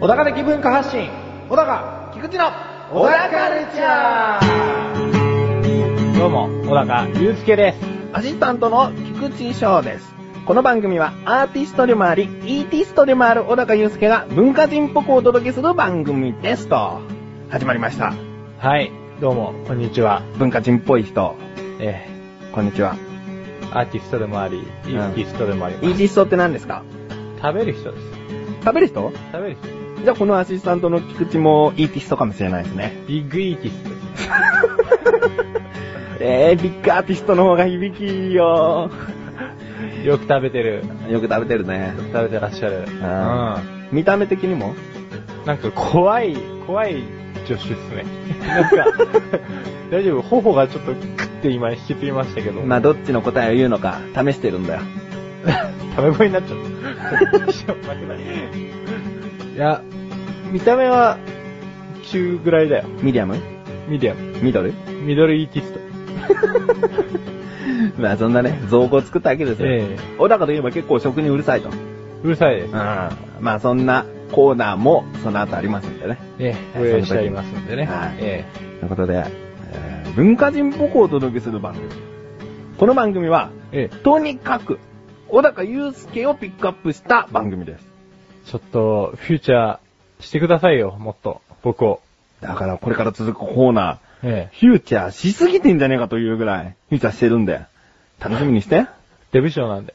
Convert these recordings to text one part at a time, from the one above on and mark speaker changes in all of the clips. Speaker 1: 小高的文化発信小高菊池の小高カルチャー
Speaker 2: どうも、小高祐介です。
Speaker 1: アシスタントの菊池翔ですこの番組はアーティストでもありイーティストでもある小高祐介が文化人っぽくお届けする番組ですと始まりました
Speaker 2: はい、どうも、こんにちは。
Speaker 1: 文化人っぽい人
Speaker 2: え
Speaker 1: こんにちは
Speaker 2: ー、アーティストでもあり、イーティストでもあり
Speaker 1: イ
Speaker 2: ま
Speaker 1: ー
Speaker 2: す。
Speaker 1: ティストって何ですか
Speaker 2: 食べる人です。
Speaker 1: 食べる人
Speaker 2: 食べる人。
Speaker 1: じゃあこのアシスタントの菊池もイーティストかもしれないですね
Speaker 2: ビッグイーティストです。
Speaker 1: えー、ビッグアーティストの方が響きよ
Speaker 2: よく食べてる。
Speaker 1: よく食べてるね
Speaker 2: 食べてらっしゃる。うん。
Speaker 1: あ
Speaker 2: な
Speaker 1: 見た目的にも
Speaker 2: んか怖い、怖い助手っすね。 なんか、大丈夫、頬がちょっとクッて今引きつりましたけど。
Speaker 1: まあ、どっちの答えを言うのか試してるんだよ。
Speaker 2: 食べ声になっちゃ った。いや、見た目は、中ぐらいだよ。
Speaker 1: ミディアム
Speaker 2: ミディアム。
Speaker 1: ミドル
Speaker 2: ミドルイーティスト。
Speaker 1: まあそんなね、造語を作ったわけですよ。
Speaker 2: え
Speaker 1: 小高といえば結構食にうるさいと。
Speaker 2: うるさいです。
Speaker 1: まあそんなコーナーもその後ありますんでね。
Speaker 2: ええ、ご用意してありますんでね。
Speaker 1: はい
Speaker 2: え
Speaker 1: ということで、えー文化人っぽくお届けする番組。この番組は、
Speaker 2: え、ええ、
Speaker 1: とにかく、小高祐介をピックアップした番組です。
Speaker 2: ちょっと、フューチャーしてくださいよ、もっと、僕を。
Speaker 1: だからこれから続くコーナ
Speaker 2: え
Speaker 1: ー、
Speaker 2: え、
Speaker 1: フューチャーしすぎてんじゃねえかというぐらい、フューチャーしてるんで、楽しみにして。
Speaker 2: デブ賞な んで。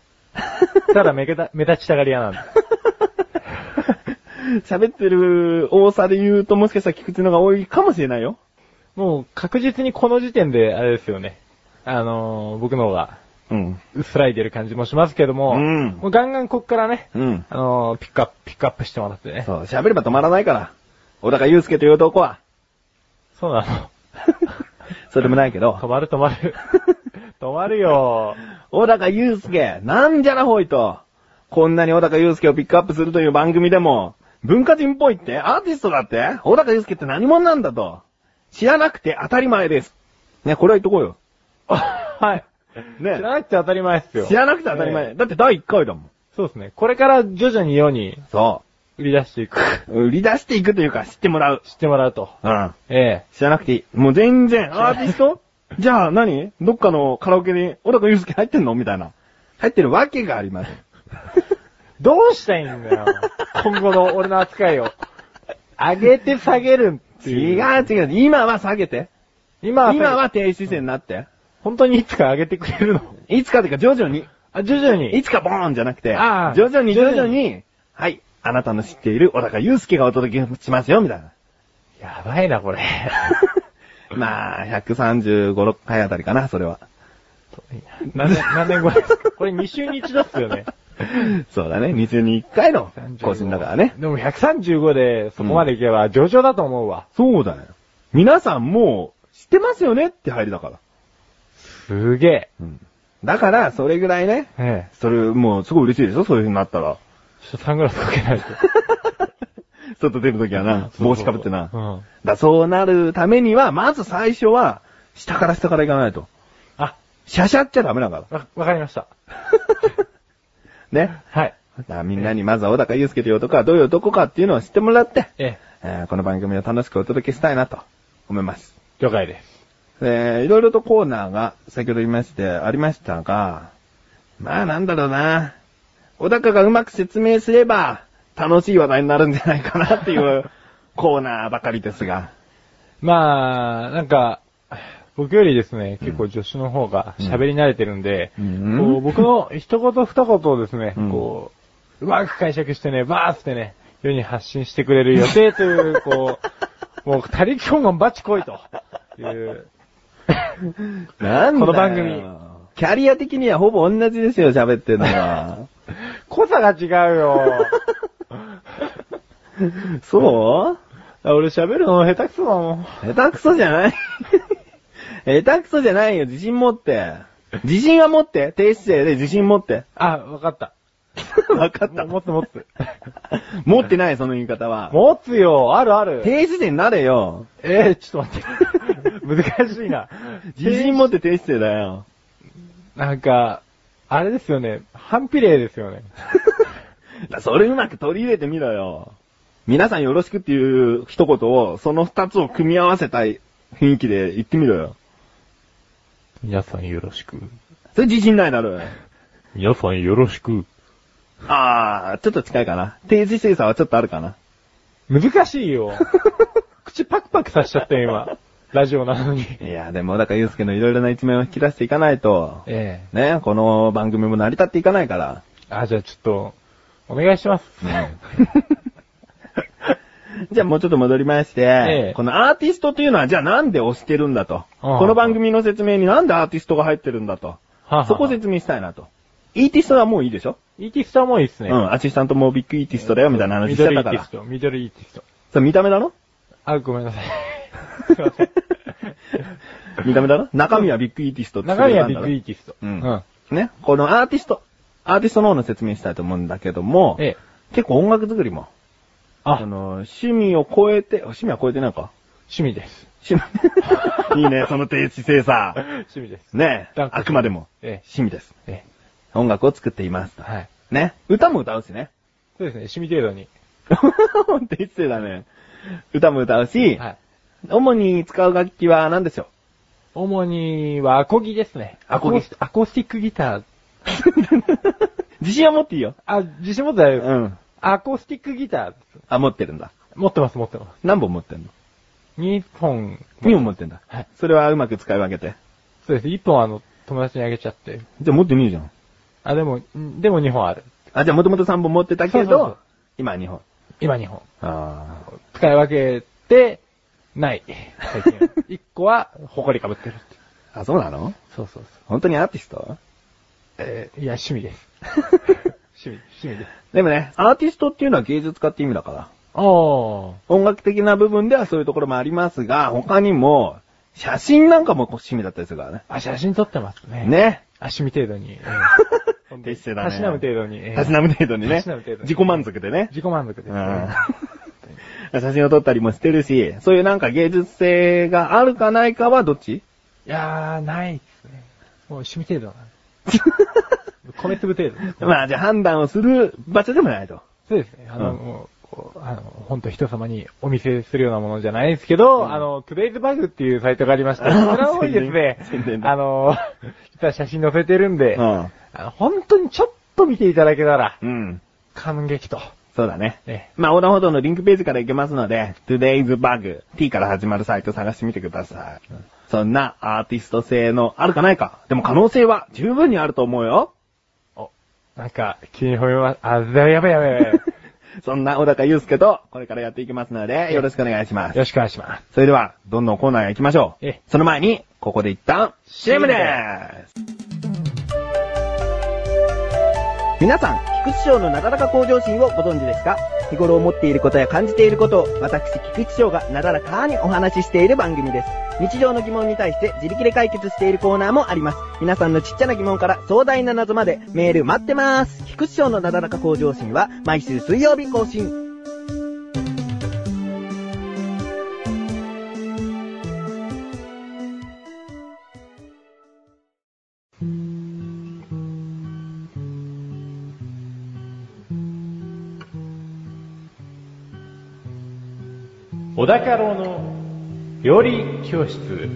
Speaker 2: ただ目立た、目立ちたがり屋なんで。
Speaker 1: 喋ってる多さで言うともしかしたら菊池の方が多いかもしれないよ。
Speaker 2: もう、確実にこの時点で、あれですよね。あのー、僕の方が、
Speaker 1: うん。
Speaker 2: 薄らいでる感じもしますけども、
Speaker 1: うん
Speaker 2: もうガンガンこっからね、
Speaker 1: うん。
Speaker 2: あのー、ピックアップ、ピックアップしてもらってね。
Speaker 1: そう、喋れば止まらないから。小高祐介という男は、
Speaker 2: そうな
Speaker 1: そうでもないけ
Speaker 2: の。止
Speaker 1: ど、
Speaker 2: まる止 まる。止まるよ。
Speaker 1: 小高祐介、なんじゃらほいと、こんなに小高祐介をピックアップするという番組でも、文化人っぽいって、アーティストだって、小高祐介って何者なんだと、知らなくて当たり前です。ね、これは言っとこうよ。
Speaker 2: はい。
Speaker 1: ね
Speaker 2: 知らなくて当たり前ですよ。
Speaker 1: 知らなくて当たり前。
Speaker 2: ええ
Speaker 1: だって第1回だもん。
Speaker 2: そうですね。これから徐々に世に
Speaker 1: そ
Speaker 2: 売り出して いく。
Speaker 1: う。売り出していくというか、知ってもらう。
Speaker 2: 知ってもらうと。
Speaker 1: うん。
Speaker 2: ええ。
Speaker 1: 知らなくていい。もう全然、アーティスト じゃあ何どっかのカラオケに、小高祐介入ってんのみたいな。入ってるわけがありません。
Speaker 2: どうしたいん だよ。今後の俺の扱いを。上げて下げるって
Speaker 1: 違
Speaker 2: いう。
Speaker 1: う違う。今は下げて。
Speaker 2: 今は、
Speaker 1: 今は低姿勢になって。
Speaker 2: 本当にいつか上げてくれるの。
Speaker 1: いつかというか徐々に。
Speaker 2: あ、徐々に。
Speaker 1: いつかボーンじゃなくて。
Speaker 2: ああ
Speaker 1: 徐々に徐々
Speaker 2: 徐々
Speaker 1: に。はい。あなたの知っている小高祐介がお届けしますよ、みたい な。
Speaker 2: やばい な、これ。
Speaker 1: まあ、135、6回あたりかな、それは。
Speaker 2: 何年、何年後ですかこれ2週に一度っすよ ね。
Speaker 1: そうだね。22回の更新だからね。
Speaker 2: でも135でそこまでいけば上々だと思うわ。
Speaker 1: そうだよ。皆さんもう、知ってますよねって入りだから。
Speaker 2: すげえ。
Speaker 1: だから、それぐらいね。
Speaker 2: ええ。
Speaker 1: それ、もう、すごい嬉しいでしょそういう風になった ら。
Speaker 2: ちょっとサングラスかけないと。
Speaker 1: 外出るときはな、帽子かぶってな。
Speaker 2: う
Speaker 1: だか
Speaker 2: ん。
Speaker 1: らそうなるためには、まず最初は、下から下から行かないと。
Speaker 2: あ、
Speaker 1: シャシャっちゃダメだか
Speaker 2: わ、わかりました。
Speaker 1: ら。ね。
Speaker 2: はい。
Speaker 1: だからみんなにまずは小高祐介という男はどういう男かっていうのを知ってもらって、
Speaker 2: ええ。
Speaker 1: えーこの番組を楽しくお届けしたいなと思います。
Speaker 2: 了解です。
Speaker 1: えーいろいろとコーナーが先ほど言いまして、ありましたが、まあなんだろうな。小高がうまく説明すれば、楽しい話題になるんじゃないかなっていう コーナーばかりですが。
Speaker 2: まあ、なんか、僕よりですね、結構助手の方が喋り慣れてるんで、
Speaker 1: うん
Speaker 2: こう僕の一言二言をですね、
Speaker 1: うん
Speaker 2: こう、うまく解釈してね、バーってね、世に発信してくれる予 定という、こう、もう、他力本願バチ来いという、
Speaker 1: なんだよ
Speaker 2: この番組。
Speaker 1: キャリア的にはほぼ同じですよ、喋ってるの は。
Speaker 2: 濃さが違う よ。
Speaker 1: そう
Speaker 2: 俺喋るの下手くそだもん。
Speaker 1: 下手くそじゃない 下手くそじゃないよ、自信持って。自信は持って。低姿勢で自信持 って。
Speaker 2: あ、わかった。
Speaker 1: わかった。
Speaker 2: もっと もっと。
Speaker 1: 持ってない、その言い方は。
Speaker 2: 持つよ、あるある。
Speaker 1: 低姿勢になれよ。
Speaker 2: えー、ちょっと待って。 難しいな。
Speaker 1: 自信持って低姿勢だ よ。
Speaker 2: なんか、あれですよね。反比例ですよね。
Speaker 1: それうまく取り入れてみろよ。皆さんよろしくっていう一言を、その二つを組み合わせた雰囲気で言ってみろよ。
Speaker 2: 皆さんよろしく。
Speaker 1: それ自信ないだろ。
Speaker 2: 皆さんよろしく。
Speaker 1: あー、ちょっと近いかな。低姿勢差はちょっとあるかな。
Speaker 2: 難し いよ。口パクパクさせちゃったよ、今。ラジオなのに。
Speaker 1: いや、でも、だからゆうすけのいろいろな一面を引き出していかないと、
Speaker 2: ええ。
Speaker 1: ね、この番組も成り立っていかないから。
Speaker 2: あ、じゃあちょっと、お願いします。
Speaker 1: じゃあもうちょっと戻りまして、
Speaker 2: ええ
Speaker 1: このアーティストというのはじゃあなんで推してるんだと。
Speaker 2: ああ
Speaker 1: この番組の説明になんでアーティストが入ってるんだと。そこ説明したいなと。イーティストはもういいでしょ、
Speaker 2: イーティストはもういいっすね。
Speaker 1: うん、アシスタントもビッグイーティストだよみたいな話
Speaker 2: ミ
Speaker 1: し
Speaker 2: ド
Speaker 1: て
Speaker 2: ルイ
Speaker 1: たか
Speaker 2: ーティ
Speaker 1: ら
Speaker 2: ス。ト、ミドルイーティスト。
Speaker 1: それ見た目だ ろ
Speaker 2: あ、ごめん なさい。すいません。
Speaker 1: 見た目だろ中身はビッグイーティストって
Speaker 2: 中身はビッグイ
Speaker 1: イ
Speaker 2: ーティスト。
Speaker 1: うんね、このアーティスト、アーティストの方の説明したいと思うんだけども、
Speaker 2: ええ。
Speaker 1: 結構音楽作りも、
Speaker 2: あ、
Speaker 1: そ
Speaker 2: 趣
Speaker 1: の、趣味を超えて、趣味は超えてないか
Speaker 2: 味です。
Speaker 1: 趣 味。いいね、その低姿勢さ。
Speaker 2: 趣味です。
Speaker 1: ねえ、
Speaker 2: だから
Speaker 1: あくまでも、
Speaker 2: え
Speaker 1: 趣味です。
Speaker 2: え。え
Speaker 1: 音楽を作っています
Speaker 2: え。
Speaker 1: と。
Speaker 2: はい。
Speaker 1: ね。歌も歌うしね。
Speaker 2: そうですね、趣味程度に。
Speaker 1: って言ってたね。歌も歌うし、
Speaker 2: はい。
Speaker 1: 主に使う 楽器は何でしょ
Speaker 2: 主にはアコギですね。
Speaker 1: アコギ
Speaker 2: アコアコースティックギター。
Speaker 1: う自信は持っていいよ。
Speaker 2: あ、自信持ってな
Speaker 1: う
Speaker 2: いです。
Speaker 1: ん。
Speaker 2: アコースティックギター。
Speaker 1: あ、持ってるんだ。
Speaker 2: 持ってます、持ってま
Speaker 1: 何本持ってんの
Speaker 2: す。2本。
Speaker 1: ?2 本持ってんだ。
Speaker 2: はい。
Speaker 1: それはうまく使い分けて。
Speaker 2: そうです。1本はあの、友達にあげちゃって。
Speaker 1: じゃあ持ってみるじゃん。
Speaker 2: あ、でも、んでも2本ある。
Speaker 1: あ、じゃあもともと3本持ってたけど、
Speaker 2: そうそうそう
Speaker 1: 今は2本。
Speaker 2: 今2本。
Speaker 1: あ
Speaker 2: 使い分けて、ない。最近は。1個 は、埃かぶってるっていう。
Speaker 1: あ。あ、そうなの
Speaker 2: そうそうそう。
Speaker 1: 本当にアーティスト
Speaker 2: えーいや、趣味 です。趣味、趣味です。
Speaker 1: でもね、アーティストっていうのは芸術家って意味だから。
Speaker 2: あー。
Speaker 1: 音楽的な部分ではそういうところもありますが、他にも、写真なんかも趣味だったりするからね。
Speaker 2: あ、写真撮ってますね。。
Speaker 1: ね。
Speaker 2: あ、趣味程 度に。えー
Speaker 1: 適正だね
Speaker 2: たしなむ程度に。えー
Speaker 1: たしなむ程度にね。
Speaker 2: たしなむ程度に
Speaker 1: 自己満足でね。
Speaker 2: 自己満足です
Speaker 1: う
Speaker 2: ね。
Speaker 1: ん。写真を撮ったりもしてるし、そういうなんか芸術性があるかないかはどっ ち
Speaker 2: いやー、ないですね。もう趣味程度なんで米粒程 度。
Speaker 1: まあじゃあ判断をする場所でもないと。
Speaker 2: そうですね。あの、
Speaker 1: うん
Speaker 2: もう、こうあの、ほんと人様にお見せするようなものじゃないですけ
Speaker 1: う
Speaker 2: ど、
Speaker 1: ん
Speaker 2: あの、トゥデイズバグっていうサイトがありまし て、
Speaker 1: あー
Speaker 2: それは多いですね
Speaker 1: 宣伝。だ
Speaker 2: あ の、実は写真載せてるんで、
Speaker 1: うん。
Speaker 2: あの、本当にちょっと見ていただけたら、
Speaker 1: うん。
Speaker 2: 感激と。
Speaker 1: そうだね。
Speaker 2: ええ
Speaker 1: まあ横断歩道のリンクページから行けますので、today's bug t から始まるサイト探してみてください。そんなアーティスト性のあるかないか。でも可能性は十分にあると思うよ。
Speaker 2: お、なんか、急に褒めます。あ、やべやべ やべ。よ
Speaker 1: そんな小高祐介と、これからやっていきますので、よろしくお願いします。
Speaker 2: ろしくお願いします。
Speaker 1: それでは、どんどんコーナーへ行きましょう
Speaker 2: ええ。
Speaker 1: その前に、ここで一旦、CM で
Speaker 2: CM
Speaker 1: ーす。皆さん、菊池賞のなだらか向上心をご存知ですか日頃思っていることや感じていることを、私、菊池賞がなだらかにお話ししている番組です。日常の疑問に対して自力で解決しているコーナーもあります。皆さんのちっちゃな疑問から壮大な謎までメール待ってます。菊池賞のなだらか向上心は毎週水曜日更新。
Speaker 2: 小高郎の料理教室。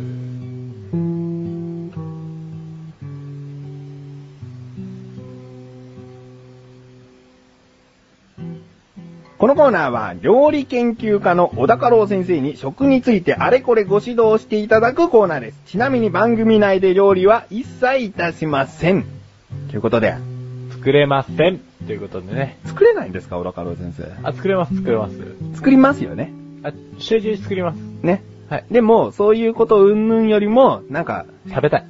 Speaker 1: このコーナーは、料理研究家の小高郎先生に食についてあれこれご指導していただくコーナーです。ちなみに番組内で料理は一切いたしません。ということで、
Speaker 2: 作れません。ということでね。
Speaker 1: 作れないんですか、小高郎先生。
Speaker 2: あ、作れます、作れます。
Speaker 1: 作りますよね。
Speaker 2: あ、集中に作ります。
Speaker 1: ね。
Speaker 2: はい。
Speaker 1: でも、そういうこと云々よりも、なんか、
Speaker 2: 食べたい。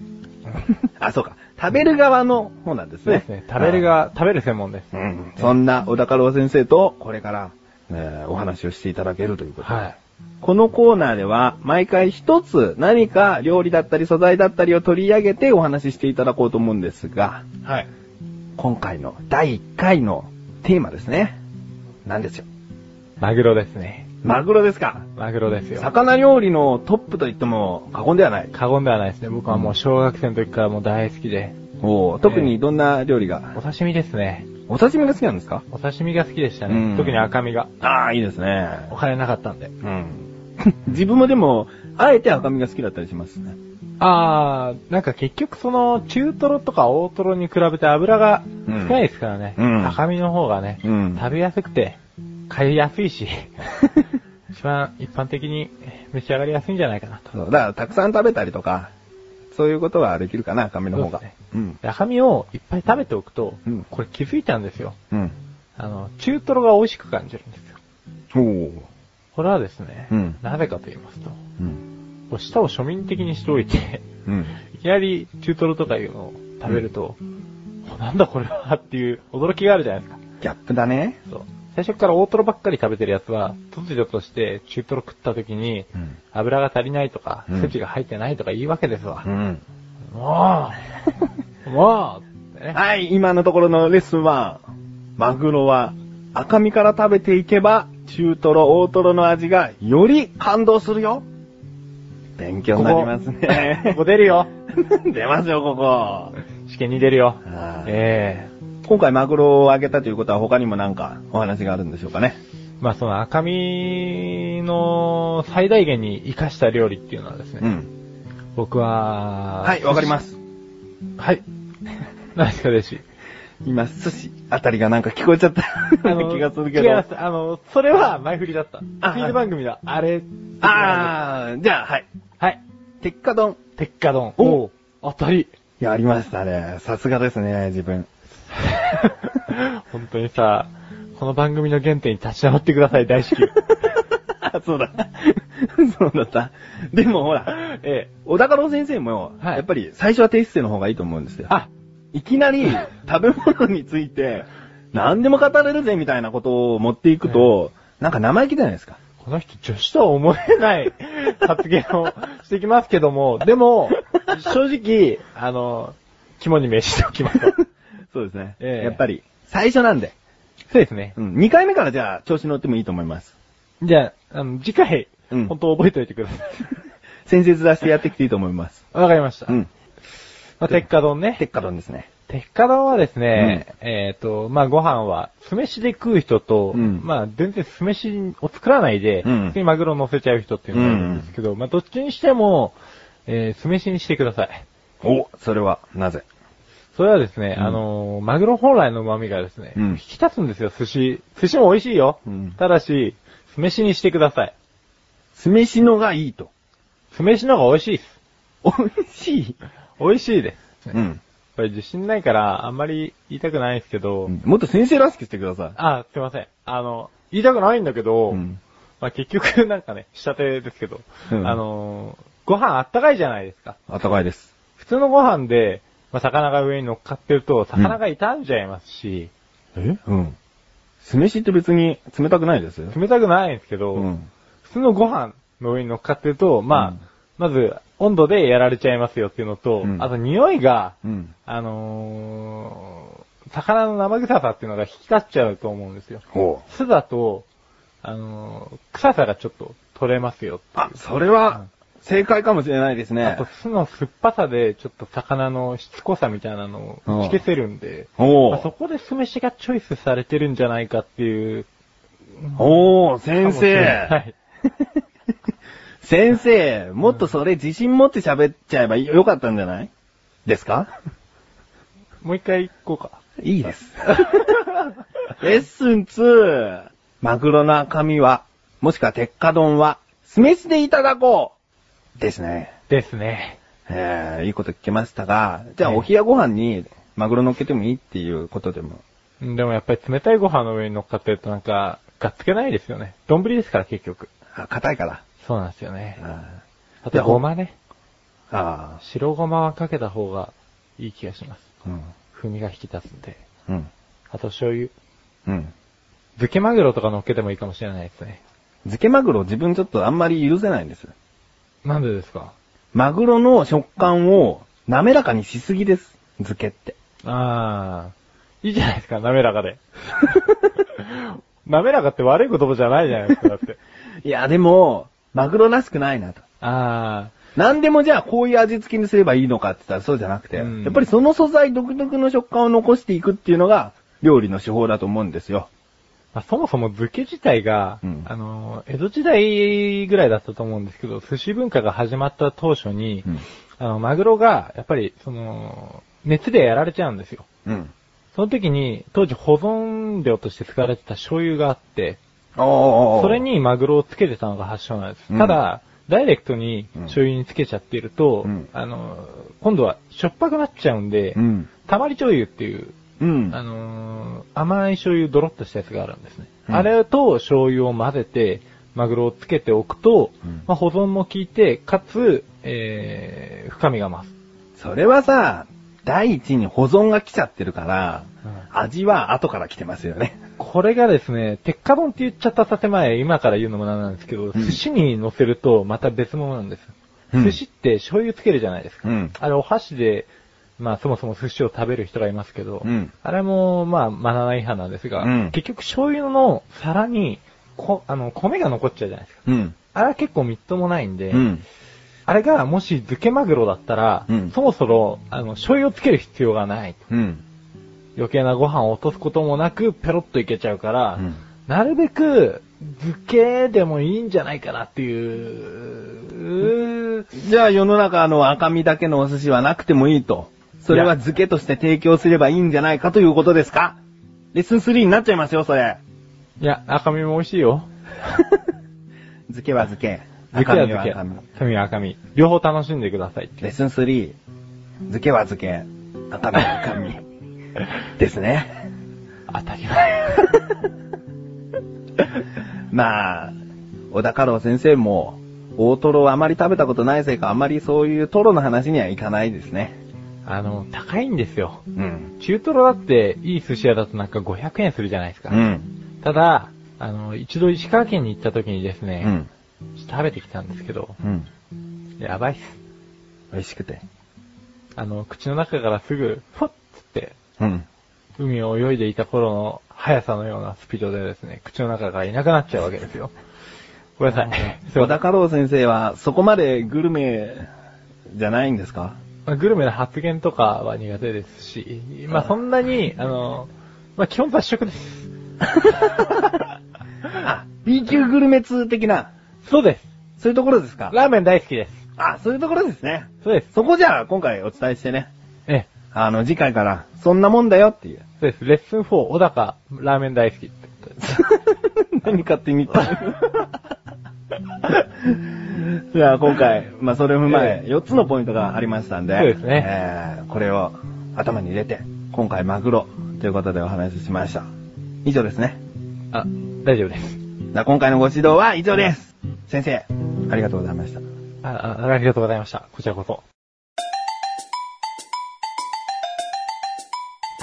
Speaker 1: あ、そうか、食べる側の方なんです
Speaker 2: そう
Speaker 1: ね。
Speaker 2: ですね。食べるが、食べる専門です。
Speaker 1: うん。うん。そんな小高郎先生と、これから、えーお話をしていただけるということで。
Speaker 2: はい。
Speaker 1: このコーナーでは、毎回一つ何か料理だったり素材だったりを取り上げてお話ししていただこうと思うんですが、
Speaker 2: はい。
Speaker 1: 今回の第1回のテーマですね。何でしょう
Speaker 2: マグロですね。
Speaker 1: マグロですか。
Speaker 2: マグロですよ。
Speaker 1: 魚料理のトップと言っても過言ではない。
Speaker 2: 過言ではないですね。僕はもう小学生の時からもう大好きで。
Speaker 1: おー特にどんな料理が、
Speaker 2: お刺身ですね。
Speaker 1: お刺身が好きなんですか
Speaker 2: お刺身が好きでした
Speaker 1: う
Speaker 2: ね
Speaker 1: ん。
Speaker 2: 特に赤身が。
Speaker 1: ああ、いいですね。
Speaker 2: お金なかったんで。
Speaker 1: うん。自分もでも、あえて赤身が好きだったりしますね。
Speaker 2: あー、なんか結局その中トロとか大トロに比べて油が少ないですからね。
Speaker 1: うん
Speaker 2: 赤身の方がね、
Speaker 1: うん
Speaker 2: 食べやすくて、買いやすい し、一番一般的に召し上がりやすいんじゃないかなと。
Speaker 1: そうだから、たくさん食べたりとか、そういうことはできるかな、赤身の方が。
Speaker 2: そうですね
Speaker 1: ん。
Speaker 2: で赤身をいっぱい食べておくと、
Speaker 1: うん
Speaker 2: これ気づいたんですよ。
Speaker 1: うん。
Speaker 2: あの、中トロが美味しく感じるんですよ。
Speaker 1: おー
Speaker 2: これはですね、
Speaker 1: うん
Speaker 2: なぜかと言いますと、こ
Speaker 1: うん。
Speaker 2: う舌を庶民的にしておいて、
Speaker 1: うん。
Speaker 2: いきなり中トロとかいうのを食べると、おなんだこれはっていう驚きがあるじゃないですか。
Speaker 1: ギャップだね。
Speaker 2: そう。最初から大トロばっかり食べてるやつは、突如として中トロ食った時に、
Speaker 1: うん
Speaker 2: 油が足りないとか、
Speaker 1: うん
Speaker 2: 筋が入ってないとか言うわけですわ。
Speaker 1: ん。
Speaker 2: もうも うってね
Speaker 1: はい、今のところのレッスンは、マグロは赤身から食べていけば、中トロ、大トロの味がより感動するよ。勉強になります
Speaker 2: こ
Speaker 1: ね。
Speaker 2: こ出るよ。
Speaker 1: 出ますよ、こ こ。
Speaker 2: 試験に出るよ。
Speaker 1: はい
Speaker 2: ええ
Speaker 1: 今回マグロをあげたということは他にもなんかお話があるんでしょうかね。
Speaker 2: まあその赤身の最大限に活かした料理っていうのはですね、
Speaker 1: うん。
Speaker 2: 僕は、
Speaker 1: はい、わかります。
Speaker 2: はい。 何ですか、弟子。
Speaker 1: 今、寿司あたりがなんか聞こえちゃった 気がするけ
Speaker 2: 違い
Speaker 1: ど。
Speaker 2: ます。あの、それは前振りだった。クイ
Speaker 1: あ
Speaker 2: ズ番組だ。あれ。
Speaker 1: あー、じゃあ、はい。
Speaker 2: あ。はい。
Speaker 1: 鉄火丼。
Speaker 2: 鉄火丼。
Speaker 1: お
Speaker 2: う当たり。
Speaker 1: やりましたね。さすがですね、自分。
Speaker 2: 本当にさ、この番組の原点に立ち直ってください、大 至急。
Speaker 1: あ そうだ。 そうだった。でもほら、
Speaker 2: ええ。
Speaker 1: 小高郎先生も、
Speaker 2: はい
Speaker 1: やっぱり最初は低姿勢の方がいいと思うんですよ。
Speaker 2: あ、
Speaker 1: いきな り食べ物について、何でも語れるぜみたいなことを持っていくと、なんか生意気じゃないですか。
Speaker 2: この人女子とは思 えない発言をしてきますけども、でも、正直、あの、肝に銘しておきます。
Speaker 1: そうですね。
Speaker 2: ええ
Speaker 1: やっぱり、最初なんで。
Speaker 2: そうですね
Speaker 1: う。ん。2回目からじゃあ、調子乗ってもいいと思います。
Speaker 2: じゃあ、あの、次回、
Speaker 1: うん
Speaker 2: 本当覚えておいてください。
Speaker 1: 先節出してやってきていいと思います。
Speaker 2: わかりました。
Speaker 1: うん。
Speaker 2: まあ、鉄火丼ね。
Speaker 1: 鉄火丼ですね。
Speaker 2: 鉄火丼はですね、えっ、と、まあ、ご飯は、酢飯で食う人と、
Speaker 1: うん
Speaker 2: まあ、全然酢飯を作らないで、
Speaker 1: うん
Speaker 2: 普通にマグロを乗せちゃう人っていうのがいるんですけど、まあ、どっちにしても、えー酢飯にしてください。
Speaker 1: お、それは、なぜ
Speaker 2: それはですね、
Speaker 1: うん
Speaker 2: あのーマグロ本来の旨味がですね、
Speaker 1: うん
Speaker 2: 引き立つんですよ、寿司。寿司も美味しいよ。
Speaker 1: うん
Speaker 2: ただし、酢飯にしてください。
Speaker 1: 酢飯のがいいと。
Speaker 2: 酢飯の方が美味しいです。
Speaker 1: 美味しい。
Speaker 2: 美味しいです。
Speaker 1: う
Speaker 2: やっ
Speaker 1: ん。
Speaker 2: ぱり自信ないから、あんまり言いたくないですけど、
Speaker 1: もっと先生らしくしてください。
Speaker 2: あ、すいません。あの、言いたくないんだけど、
Speaker 1: うん
Speaker 2: まあ結局なんかね、下手ですけど、
Speaker 1: うん
Speaker 2: あのー、ご飯あったかいじゃないですか。
Speaker 1: あったかいです。
Speaker 2: 普通のご飯で、まあ魚が上に乗っかってると、魚が傷んじゃいますし、
Speaker 1: えうん。酢飯って別に冷たくないですよ。
Speaker 2: 冷たくないんですけど、
Speaker 1: うん。
Speaker 2: 普通のご飯の上に乗っかってると、まあ、
Speaker 1: うん
Speaker 2: まず温度でやられちゃいますよっていうのと、
Speaker 1: うん
Speaker 2: あと匂いが、
Speaker 1: うん。
Speaker 2: あのー、魚の生臭さっていうのが引き立っちゃうと思うんですよ。
Speaker 1: ほう。
Speaker 2: 酢だと、あのー、臭さがちょっと取れますよっていう
Speaker 1: あ、それは、正解かもしれないです
Speaker 2: あ
Speaker 1: ね
Speaker 2: と。酢の酸っぱさで、ちょっと魚のしつこさみたいなのを打ち消せるんで、
Speaker 1: お
Speaker 2: まあそこで酢飯がチョイスされてるんじゃないかっていう。
Speaker 1: おー、先
Speaker 2: は
Speaker 1: 生。
Speaker 2: い。
Speaker 1: 先生、もっとそれ自信持って喋っちゃえばよかったんじゃないですか
Speaker 2: もう一回行こうか。
Speaker 1: いいです。 レッスン2。マグロの赤身は、もしくは鉄火丼は、酢飯でいただこうですね。
Speaker 2: ですね。
Speaker 1: えー、いいこと聞けましたが、じゃあ
Speaker 2: はい
Speaker 1: お冷やご飯にマグロ乗っけてもいいっていうことでも。
Speaker 2: うんでもやっぱり冷たいご飯の上に乗っかってるとなんか、がっつけないですよね。丼ですから結局。
Speaker 1: あ、硬いから。
Speaker 2: そうなんですよね。
Speaker 1: あ
Speaker 2: あとごまね。
Speaker 1: ーあ
Speaker 2: 白ごまはかけた方がいい気がします。
Speaker 1: ー。うん。
Speaker 2: 風味が引き立つんで。
Speaker 1: うん。
Speaker 2: あと醤油。
Speaker 1: うん。
Speaker 2: 漬けマグロとか乗っけてもいいかもしれないですね。
Speaker 1: 漬けマグロ自分ちょっとあんまり許せないんです。
Speaker 2: なんでですか
Speaker 1: マグロの食感を滑らかにしすぎです。漬けって。
Speaker 2: あー。いいじゃないです か、滑らかで。滑らかって悪い言葉じゃないじゃないですか、だって。
Speaker 1: いや、でも、マグロらしくないなと。
Speaker 2: あ
Speaker 1: なんでもじゃあこういう味付けにすればいいのかって言ったらそうじゃなくて、
Speaker 2: うん
Speaker 1: やっぱりその素材独特の食感を残していくっていうのが料理の手法だと思うんですよ。
Speaker 2: ー、まあ、そもそも漬け自体が、
Speaker 1: うん
Speaker 2: あのー、江戸時代ぐらいだったと思うんですけど、寿司文化が始まった当初に、
Speaker 1: うん
Speaker 2: あの、マグロが、やっぱり、その、熱でやられちゃうんですよ。
Speaker 1: うん。
Speaker 2: その時に、当時保存料として使われてた醤油があって、
Speaker 1: おー
Speaker 2: それ、にマグロをつけてたのが発祥なんです。
Speaker 1: うん
Speaker 2: ただ、ダイレクトに
Speaker 1: うん
Speaker 2: 醤油につけちゃっていると、
Speaker 1: うん
Speaker 2: あの、今度はしょっぱくなっちゃうんで、
Speaker 1: うん。
Speaker 2: たまり醤油っていう、
Speaker 1: うん。
Speaker 2: あのー甘い醤油ドロッとしたやつがあるんですね。
Speaker 1: うん
Speaker 2: あれと醤油を混ぜて、マグロをつけておくと、
Speaker 1: うん
Speaker 2: まあ、保存も効いて、かつ、えー、深みが増す。
Speaker 1: それはさ、第一に保存が来ちゃってるから、味は後から来てますよね。
Speaker 2: これがですね、鉄火丼って言っちゃった建前、今から言うのもなんなんですけど、
Speaker 1: うん
Speaker 2: 寿司に乗せるとまた別物なんです。
Speaker 1: うん
Speaker 2: 寿司って醤油つけるじゃないですか。
Speaker 1: うん
Speaker 2: あれお箸で、まあそもそも寿司を食べる人がいますけど、
Speaker 1: うん
Speaker 2: あれもまあマナー違反なんですが、
Speaker 1: うん
Speaker 2: 結局醤油の皿に、こあの、米が残っちゃうじゃないですか。
Speaker 1: うん。
Speaker 2: あれは結構みっともないんで、
Speaker 1: うん。
Speaker 2: あれがもし漬けマグロだったら、
Speaker 1: うん
Speaker 2: そもそも、あの、醤油をつける必要がない。
Speaker 1: うん。
Speaker 2: 余計なご飯を落とすこともなく、ペロッといけちゃうから、
Speaker 1: うん
Speaker 2: なるべく、漬けでもいいんじゃないかなっていう、
Speaker 1: じゃあ世の中の赤身だけのお寿司はなくてもいいと。それはい
Speaker 2: や
Speaker 1: 漬けとして提供すればいいんじゃないかということですかレッスン3になっちゃいますよ、そ れ。
Speaker 2: いや、赤身も美味しいよ。
Speaker 1: 漬けは漬け。
Speaker 2: 漬
Speaker 1: 赤
Speaker 2: けは
Speaker 1: 身は
Speaker 2: 漬け。
Speaker 1: 赤身。
Speaker 2: 赤身は赤身。両方楽しんでくださいってい
Speaker 1: レッ
Speaker 2: う。
Speaker 1: スン3。漬けは漬け。赤身は赤 身。ですね。
Speaker 2: 当たり前。
Speaker 1: まあ、小田太郎先生も、大トロをあまり食べたことないせいか、あまりそういうトロの話にはいかないですね。
Speaker 2: あの、高いんですよ。
Speaker 1: うん。
Speaker 2: 中トロだって、いい寿司屋だとなんか500円するじゃないですか。
Speaker 1: うん。
Speaker 2: ただ、あの、一度石川県に行った時にです
Speaker 1: う
Speaker 2: ね、
Speaker 1: ん。
Speaker 2: ちょっと食べてきたんですけど、
Speaker 1: うん。
Speaker 2: やばいっす。
Speaker 1: 美味しくて。
Speaker 2: あの、口の中からすぐ、ふわっつって、
Speaker 1: うん。
Speaker 2: 海を泳いでいた頃の速さのようなスピードでですね、口の中からいなくなっちゃうわけですよ。ごめんなさい。
Speaker 1: 小田太郎先生は、そこまでグルメ、じゃないんですか
Speaker 2: まあグルメの発言とかは苦手ですし、まあそんなに、あの、まあ基本雑食です。
Speaker 1: あ、B 級グルメ通的な、
Speaker 2: そうです。
Speaker 1: そういうところですか
Speaker 2: ラーメン大好きです。
Speaker 1: あ、そういうところですね。
Speaker 2: そうです。
Speaker 1: そこじゃあ、今回お伝えしてね。
Speaker 2: ええ、
Speaker 1: あの、次回から、そんなもんだよっていう。
Speaker 2: そうです。レッスン4、小高、ラーメン大好きってことです。
Speaker 1: 何勝手に言ったじゃあ今回、まあそれを踏まえ、4つのポイントがありましたんで、
Speaker 2: そうですね
Speaker 1: えーこれを頭に入れて、今回マグロということでお話ししました。以上ですね。
Speaker 2: あ、大丈夫です。
Speaker 1: じゃあ今回のご指導は以上です。先生、ありがとうございました。
Speaker 2: ああありがとうございました。こちらこそ。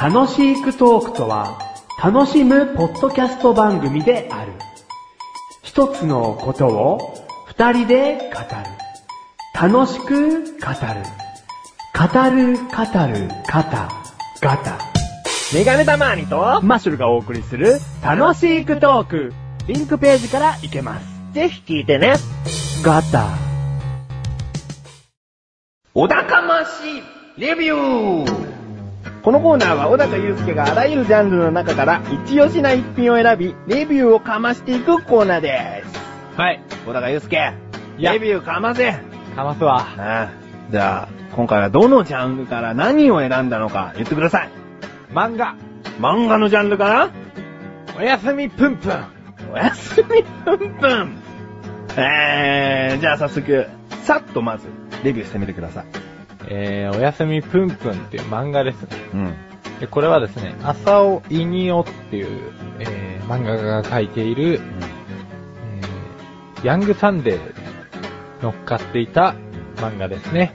Speaker 3: 楽しいクトークとは、楽しむポッドキャスト番組である。一つのことを二人で語る。楽しく語る。語る、語る、語、ガタ。メガネたまーにとマッシュルがお送りする楽しいクトーク。リンクページから行けます。ぜひ聞いてね。ガタ。
Speaker 1: 小高ましレビューこのコーナーは小高祐介があらゆるジャンルの中から一押しな一品を選び、レビューをかましていくコーナーです。
Speaker 2: はい。
Speaker 1: 小高祐介、
Speaker 2: いや
Speaker 1: レビューかませ
Speaker 2: かますわ。
Speaker 1: ああじゃあ、今回はどのジャンルから何を選んだのか言ってください。
Speaker 2: 漫画、
Speaker 1: 漫画のジャンルか
Speaker 2: おやすみぷんぷん。
Speaker 1: なおやすみぷんぷん。えー、じゃあ早速、さっとまず、レビューしてみてください。
Speaker 2: えー、おやすみぷんぷんっていう漫画ですね。
Speaker 1: うん。
Speaker 2: で、これはですね、浅尾いにおっていう、えー、漫画家が描いている、えー、ヤングサンデーに乗っかっていた漫画ですね。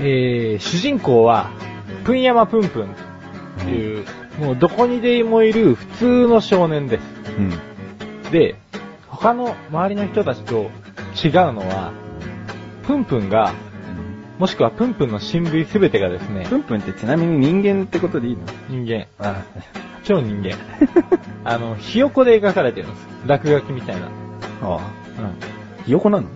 Speaker 2: えー、主人公は、ぷんやまぷんぷんっていう、もうどこにでもいる普通の少年です。
Speaker 1: うん。
Speaker 2: で、他の周りの人たちと違うのは、ぷんぷんが、もしくはぷんぷんの親類すべてがですね、
Speaker 1: ぷんぷんってちなみに人間ってことでいいの
Speaker 2: 人間、
Speaker 1: あ
Speaker 2: 超人間。あの、ひよこで描かれてるんです。落書きみたいな。
Speaker 1: ああ。
Speaker 2: うん。
Speaker 1: ひよこなの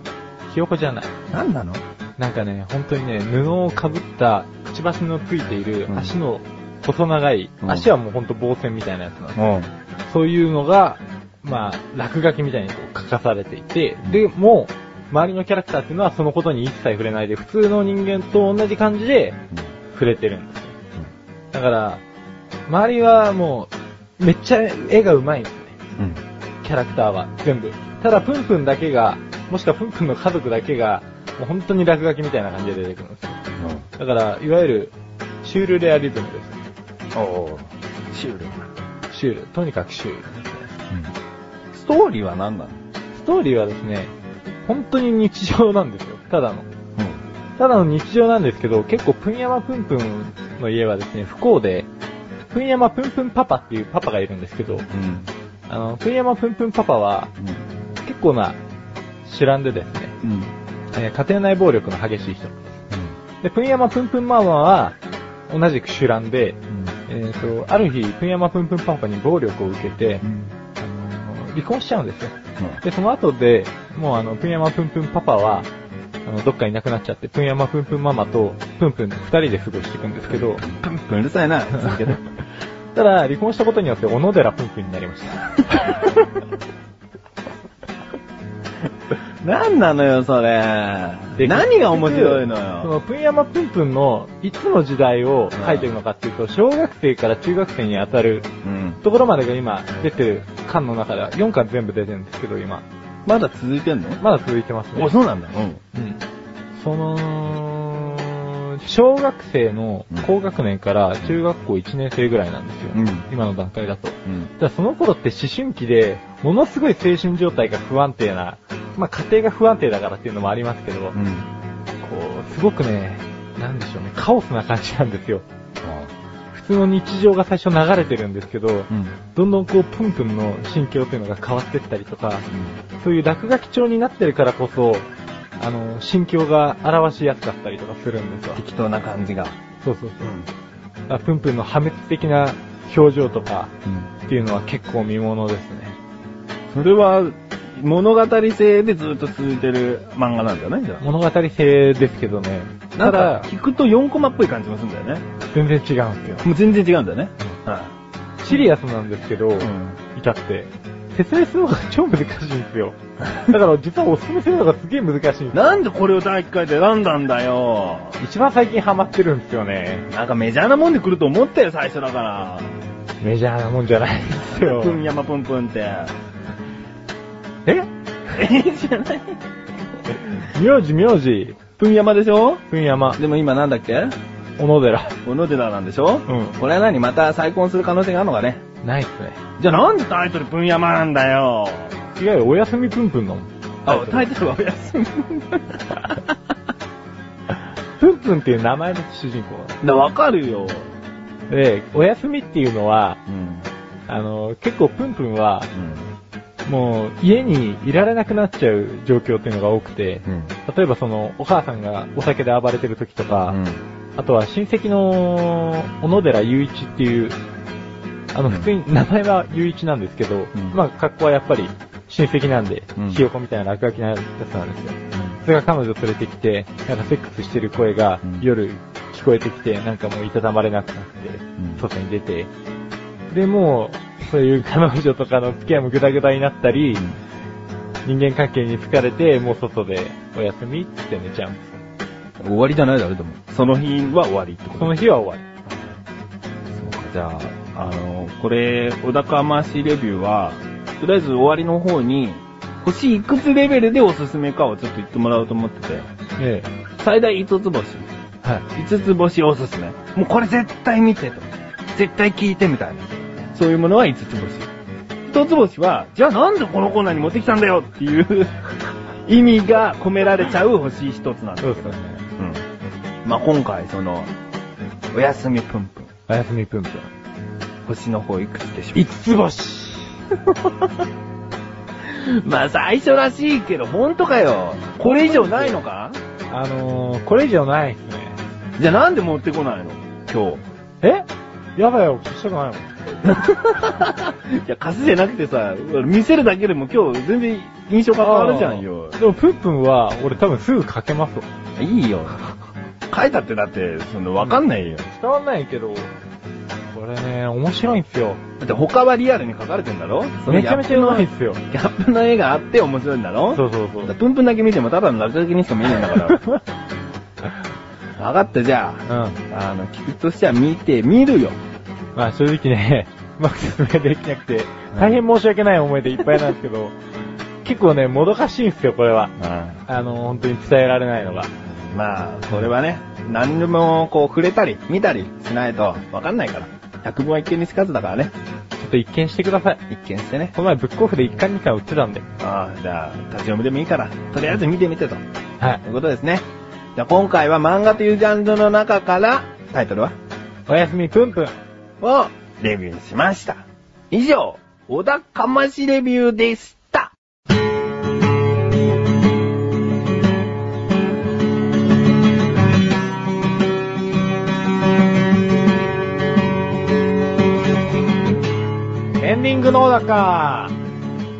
Speaker 2: ひよこじゃない。
Speaker 1: なんなの
Speaker 2: なんかね、本当にね、布をかぶった、くちばしのついている
Speaker 1: うん
Speaker 2: 足の細長い、
Speaker 1: うん
Speaker 2: 足はもうほんと防線みたいなやつなの。
Speaker 1: うん。
Speaker 2: そういうのが、まあ、落書きみたいにこう書かされていて
Speaker 1: うん、
Speaker 2: で、もう、周りのキャラクターっていうのはそのことに一切触れないで、普通の人間と同じ感じで触れてるんですよ。だから、周りはもう、めっちゃ絵が上手いんですね。
Speaker 1: うん。
Speaker 2: キャラクターは全部。ただ、プンプンだけが、もしくはプンプンの家族だけが、もう本当に落書きみたいな感じで出てくるんですよ。だから、いわゆる、シュールレアリズムで
Speaker 1: うん。おお。シュールな。
Speaker 2: す。シュール。とにかくシュールですね。
Speaker 1: ストーリーは何なの
Speaker 2: ストーリーはですね、本当に日常なんですよ。ただの。
Speaker 1: うん。
Speaker 2: ただの日常なんですけど、結構、プンヤマプンプンの家はですね、不幸で、プンヤマプンプンパパっていうパパがいるんですけど、
Speaker 1: うん。
Speaker 2: あの、プンヤマプンプンパパは、結構な、主覧でですね、
Speaker 1: うん。
Speaker 2: えー家庭内暴力の激しい人。で、プンヤマプンプンマーマは、同じく主覧で、えっ、と、ある日、プンヤマプンプンパパに暴力を受けて、
Speaker 1: うん。
Speaker 2: あの離婚しちゃうんですよ。で、その後で、もうあの、プンヤマプンプンパパは、あの、どっかいなくなっちゃって、プンヤマプンプンママと、プンプン二人で過ごしていくんですけど、
Speaker 1: プンプンうるさいな。続けて。
Speaker 2: ただ、離婚したことによって、小野寺プンプンになりました。
Speaker 1: 何なのよ、それ。
Speaker 2: で
Speaker 1: 何が面白いの
Speaker 2: そ
Speaker 1: よ。
Speaker 2: の、プンヤマプンプンの、いつの時代を書いてるのかっていうと、小学生から中学生に当たる
Speaker 1: うん。
Speaker 2: ところまでが今出てる巻の中では、4巻全部出てるんですけど、今。
Speaker 1: まだ続いてんの
Speaker 2: まだ続いてますね。
Speaker 1: そうなんだ。うん。
Speaker 2: うん。その、小学生の
Speaker 1: うん
Speaker 2: 高学年から中学校1年生ぐらいなんですよ。
Speaker 1: うん
Speaker 2: 今の段階だと。
Speaker 1: うん。
Speaker 2: だからその頃って思春期で、ものすごい精神状態が不安定な、まあ家庭が不安定だからっていうのもありますけど、こ
Speaker 1: ん。
Speaker 2: う、すごくね、なんでしょうね、カオスな感じなんですよ。普通の日常が最初流れてるんですけど、
Speaker 1: うん。
Speaker 2: どんどんこう、プンプンの心境っていうのが変わってったりとか、そういう落書き帳になってるからこそ、あの、心境が表しやすかったりとかするんですわ。
Speaker 1: 適当な感じが。
Speaker 2: そうそうそう
Speaker 1: うん。
Speaker 2: あ。プンプンの破滅的な表情とか
Speaker 1: うん。
Speaker 2: っていうのは結構見ものですね。
Speaker 1: それは、物語性でずっと続いてる漫画なんじゃないじゃ
Speaker 2: 物語性ですけどね。
Speaker 1: あ。な
Speaker 2: た
Speaker 1: んか
Speaker 2: だ、、
Speaker 1: 聞くと4コマっぽい感じもするんだよね。
Speaker 2: 全然違うんですよ。
Speaker 1: もう全然違うんだよね。は
Speaker 2: シリアスなんですけど、
Speaker 1: い。
Speaker 2: 至って。説明するのが超難しいんですよ。だから実はおすすめするのがすげえ難しいんですよ。
Speaker 1: なんでこれを第1回で選んだんだよ。
Speaker 2: 一番最近ハマってるんですよね。
Speaker 1: なんかメジャーなもんで来ると思ったよ、最初だから。
Speaker 2: メジャーなもんじゃないんですよ。
Speaker 1: プンヤマプンプン って。
Speaker 2: え
Speaker 1: えじゃない
Speaker 2: 名字名字。
Speaker 1: プンヤマでしょ
Speaker 2: ふんやま、
Speaker 1: でも今なんだっけ
Speaker 2: 小野寺。
Speaker 1: 小野寺なんでしょ
Speaker 2: うん
Speaker 1: これは何また再婚する可能性があるのかね
Speaker 2: ないっすね。
Speaker 1: じゃあなんでタイトルプンヤマなんだよ。
Speaker 2: 違うよ、おやすみぷんぷんの。
Speaker 1: あ、タイトルはお休 み。
Speaker 2: ぷんぷんっていう名前の主人公な
Speaker 1: だ、わかるよ。
Speaker 2: ので、おやすみっていうのは、
Speaker 1: うん。
Speaker 2: あの、結構ぷんぷんは、
Speaker 1: うん。
Speaker 2: もう家にいられなくなっちゃう状況っていうのが多くて、
Speaker 1: うん。
Speaker 2: 例えばその、お母さんがお酒で暴れてる時とか、あとは親戚の小野寺雄一っていう、あの、
Speaker 1: うん
Speaker 2: 普通に名前は雄一なんですけど、
Speaker 1: うん
Speaker 2: まあ格好はやっぱり親戚なんで、
Speaker 1: うん
Speaker 2: ひよこみたいな落書きなやつなんですよ。それが彼女連れてきて、なんかセックスしてる声が
Speaker 1: うん
Speaker 2: 夜聞こえてきて、なんかもういたたまれなくなって、
Speaker 1: うん
Speaker 2: 外に出て、で、もう、そういう彼女とかの付き合いもぐだぐだになったり、人間関係に疲れて、もう外でおやすみっつって寝ちゃうんですよ。
Speaker 1: 終わりじゃないだろ、でも。その日は終わりってこと
Speaker 2: その日は終わ
Speaker 1: そうか、じゃあ、あの、これ、小高ましレビューは、とりあえず終わりの方に、星いくつレベルでおすすめかをちょっと言ってもらおうと思ってて、
Speaker 2: り。え
Speaker 1: 最大5つ星。
Speaker 2: え。はい。
Speaker 1: 5つ星おすすめ。もうこれ絶対見てと。絶対聞いてみたいな。そういうものは5つ星。1つ星は、じゃあなんでこのコーナーに持ってきたんだよっていう意味が込められちゃう星1つなんです
Speaker 2: そ
Speaker 1: よ
Speaker 2: うですよね。
Speaker 1: うん。まあ、今回その、おやすみぷんぷん。
Speaker 2: おやすみぷんぷん。
Speaker 1: 星の方いくつでしょう
Speaker 2: 五つ星
Speaker 1: まあ最初らしいけど、本当かよ。これ以上ないのか
Speaker 2: あのー、これ以上ないですね。
Speaker 1: じゃあなんで持ってこないの今日。
Speaker 2: えやだよ、消したくないもん。
Speaker 1: いや、貸すじゃなくてさ、見せるだけでも今日全然印象が変わるじゃんよ
Speaker 2: あー。でも、プンプンは、俺多分すぐ書けますわ。
Speaker 1: いいよ。書いたってだって、その、わかんないよ。
Speaker 2: 伝わんないけど、これね、面白いんすよ。
Speaker 1: だって他はリアルに書かれてんだろ
Speaker 2: めちゃめちゃうまいんすよ。
Speaker 1: ギャップの絵があって面白いんだろ
Speaker 2: そうそうそ
Speaker 1: だから
Speaker 2: う。
Speaker 1: プンプンだけ見てもただの落書きにしか見えないんだから。 分かった、じゃ
Speaker 2: うん。
Speaker 1: あ。あの、聞くとしては見てみるよ。
Speaker 2: まあ正直ね、 うまく説明できなくて、大変申し訳ない思いでいっぱいなんですけど、結構ね、もどかしいんすよ、これは。あの、本当に伝えられないのが。
Speaker 1: まあ、これはね、何でもこう触れたり、見たりしないと分かんないから。百聞は一見にしかずだからね。
Speaker 2: ちょっと一見してください。
Speaker 1: 一見してね。
Speaker 2: この前ブックオフで一巻二巻売ってたんで。
Speaker 1: ああ、じゃあ、立ち読みでもいいから、とりあえず見てみてと。
Speaker 2: はい
Speaker 1: と。いうことですね。じゃあ今回は漫画というジャンルの中から、タイトルは
Speaker 2: おやすみぷんぷん。
Speaker 1: をレビューしました。以上、小田かましレビューでした。
Speaker 2: エンディングの小高。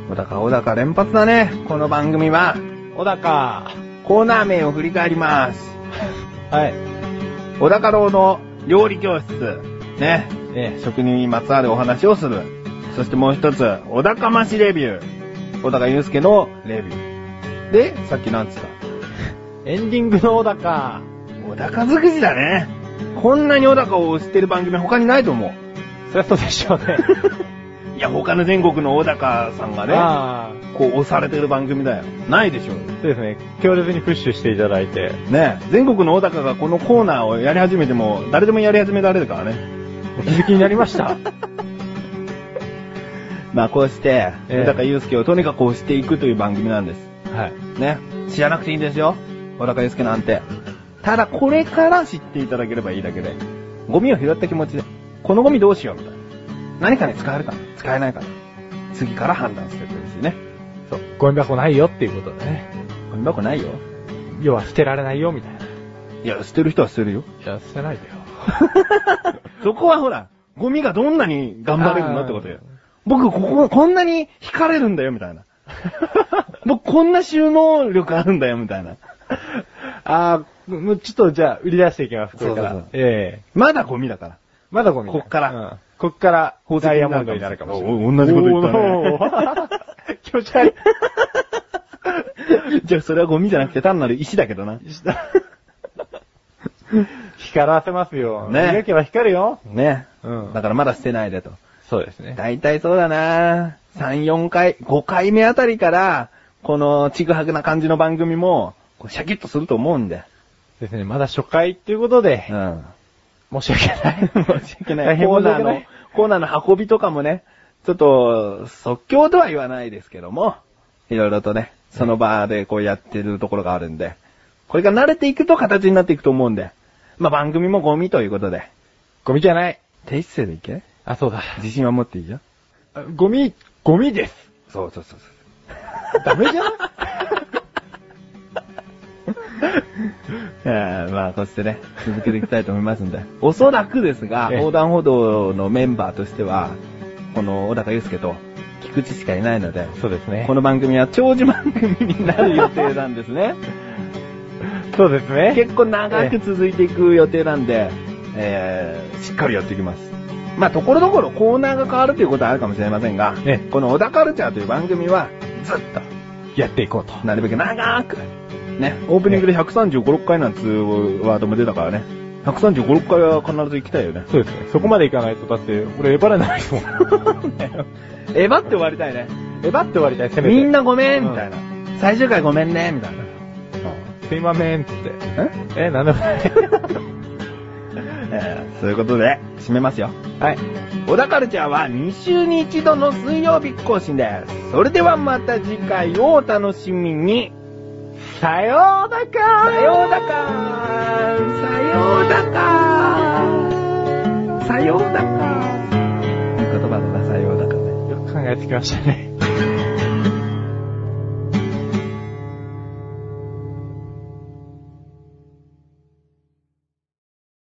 Speaker 1: 小高小高連発だね。この番組は、
Speaker 2: 小高。
Speaker 1: コーナー名を振り返ります。
Speaker 2: はい。
Speaker 1: 小高郎の料理教室。ね。
Speaker 2: ね
Speaker 1: 食にまつわるお話をする。そしてもう一つ、小高ましレビュー。小高祐介のレビュー。で、さっきなんつった
Speaker 2: エンディングの小高。
Speaker 1: 小高尽くしだね。こんなに小高を推してる番組他にないと思
Speaker 2: そりゃそうでしょ うね。
Speaker 1: う。いや、他の全国の小高さんがね。
Speaker 2: あ
Speaker 1: こう押されてる番組だよ。ないでしょ。
Speaker 2: あ、そうですね。強烈にプッシュしていただいて、
Speaker 1: ねえ全国の小高がこのコーナーをやり始めても、誰でもやり始められるからね。
Speaker 2: お気づきになりま した。
Speaker 1: まあこうして、
Speaker 2: え
Speaker 1: 小
Speaker 2: え
Speaker 1: 高祐介をとにかく押していくという番組なんです。
Speaker 2: はい。
Speaker 1: ね。知らなくていいんですよ。小高祐介なんて。ただこれから知っていただければいいだけで、ゴミを拾った気持ちで、このゴミどうしようみたいな。何かに使えるか、使えないか。次から判断してくれるしね。
Speaker 2: そう。ゴミ箱ないよっていうことでね。
Speaker 1: ゴミ箱ないよ。
Speaker 2: 要は捨てられないよみたいな。い
Speaker 1: いや、捨てる人は捨てるよ。
Speaker 2: や、捨てないでよ。
Speaker 1: そこはほら、ゴミがどんなに頑張れるのってことよ
Speaker 2: あー。
Speaker 1: 僕、ここ、こんなに惹かれるんだよ、みた いな。僕、こんな収納力あるんだよ、みたいな。
Speaker 2: ああ、もうちょっとじゃあ売り出していきます、これから。
Speaker 1: そうそう
Speaker 2: ええ
Speaker 1: まだゴミだから。
Speaker 2: まだゴミだ。
Speaker 1: こっから
Speaker 2: うんこっから、ダイヤモンドになるかもしれない。
Speaker 1: お同じこと言ったね
Speaker 2: おー 気持ち悪い。
Speaker 1: じゃあ、それはゴミじゃなくて単なる石だけどな。
Speaker 2: 光らせますよ。
Speaker 1: ね
Speaker 2: 磨けば光るよ。
Speaker 1: ね。
Speaker 2: うん
Speaker 1: だからまだ捨てないでと。
Speaker 2: そうですね。
Speaker 1: だいたいそうだな3、4回、5回目あたりから、このちぐはぐな感じの番組も、こうシャキッとすると思うんで。
Speaker 2: ですね。まだ初回っていうことで
Speaker 1: う、ん。
Speaker 2: 申し訳ない。
Speaker 1: 申し訳な
Speaker 2: 大
Speaker 1: い。
Speaker 2: 変
Speaker 1: コー
Speaker 2: 申し
Speaker 1: ナー
Speaker 2: 訳な
Speaker 1: の
Speaker 2: い。、
Speaker 1: コーナーの運びとかもね、ちょっと、即興とは言わないですけども、いろいろとね、その場でこうやってるところがあるんで、これが慣れていくと形になっていくと思うんで、まあ、番組もゴミということで、
Speaker 2: ゴミじゃない。
Speaker 1: 低姿勢でいけ
Speaker 2: あ、そうだ。
Speaker 1: 自信は持っていいよ。
Speaker 2: ゴミ、ゴミです。
Speaker 1: そうそうそう
Speaker 2: ダメじゃない
Speaker 1: そう。えーま あ、こうしてね、続けていきたいと思い ますんで。おそらくですが、
Speaker 2: ええ
Speaker 1: 横断歩道のメンバーとしては、この小高祐介と菊池しかいないので、
Speaker 2: そうですね
Speaker 1: こ。の番組は長寿番組になる予定なんですね。
Speaker 2: そうですね。
Speaker 1: 結構長く続いていく予定なんで、えー、しっかりやっていきます。まあ、ところどころコーナーが変わるということはあるかもしれませんが、
Speaker 2: ね
Speaker 1: この小田カルチャーという番組は、ずっ
Speaker 2: やっていこうと。
Speaker 1: と、なるべく長く、ね、オープニングで135、6回なんつうワードも出たからね、135、6回は必ず行きたい よね。
Speaker 2: そうですね。そこまでいかないと、だって、俺、エバれないですもん。
Speaker 1: えばって終わりたいね。
Speaker 2: エバって終わりたい、せめて。
Speaker 1: みんなごめん、
Speaker 2: うん
Speaker 1: みたいな。最終回ごめんね、みたいな。
Speaker 2: すいまめんっつって。
Speaker 1: うん
Speaker 2: え、なんでも ない。
Speaker 1: え ーそういうことで、締めますよ。
Speaker 2: はい。
Speaker 1: 小田カルチャーは2週に1度の水曜日更新です。それではまた次回をお楽しみに。
Speaker 2: さようだか
Speaker 1: さようだかーさようだかーさようだかーいい言葉だな、さようだかね。
Speaker 2: よく考えてきましたね。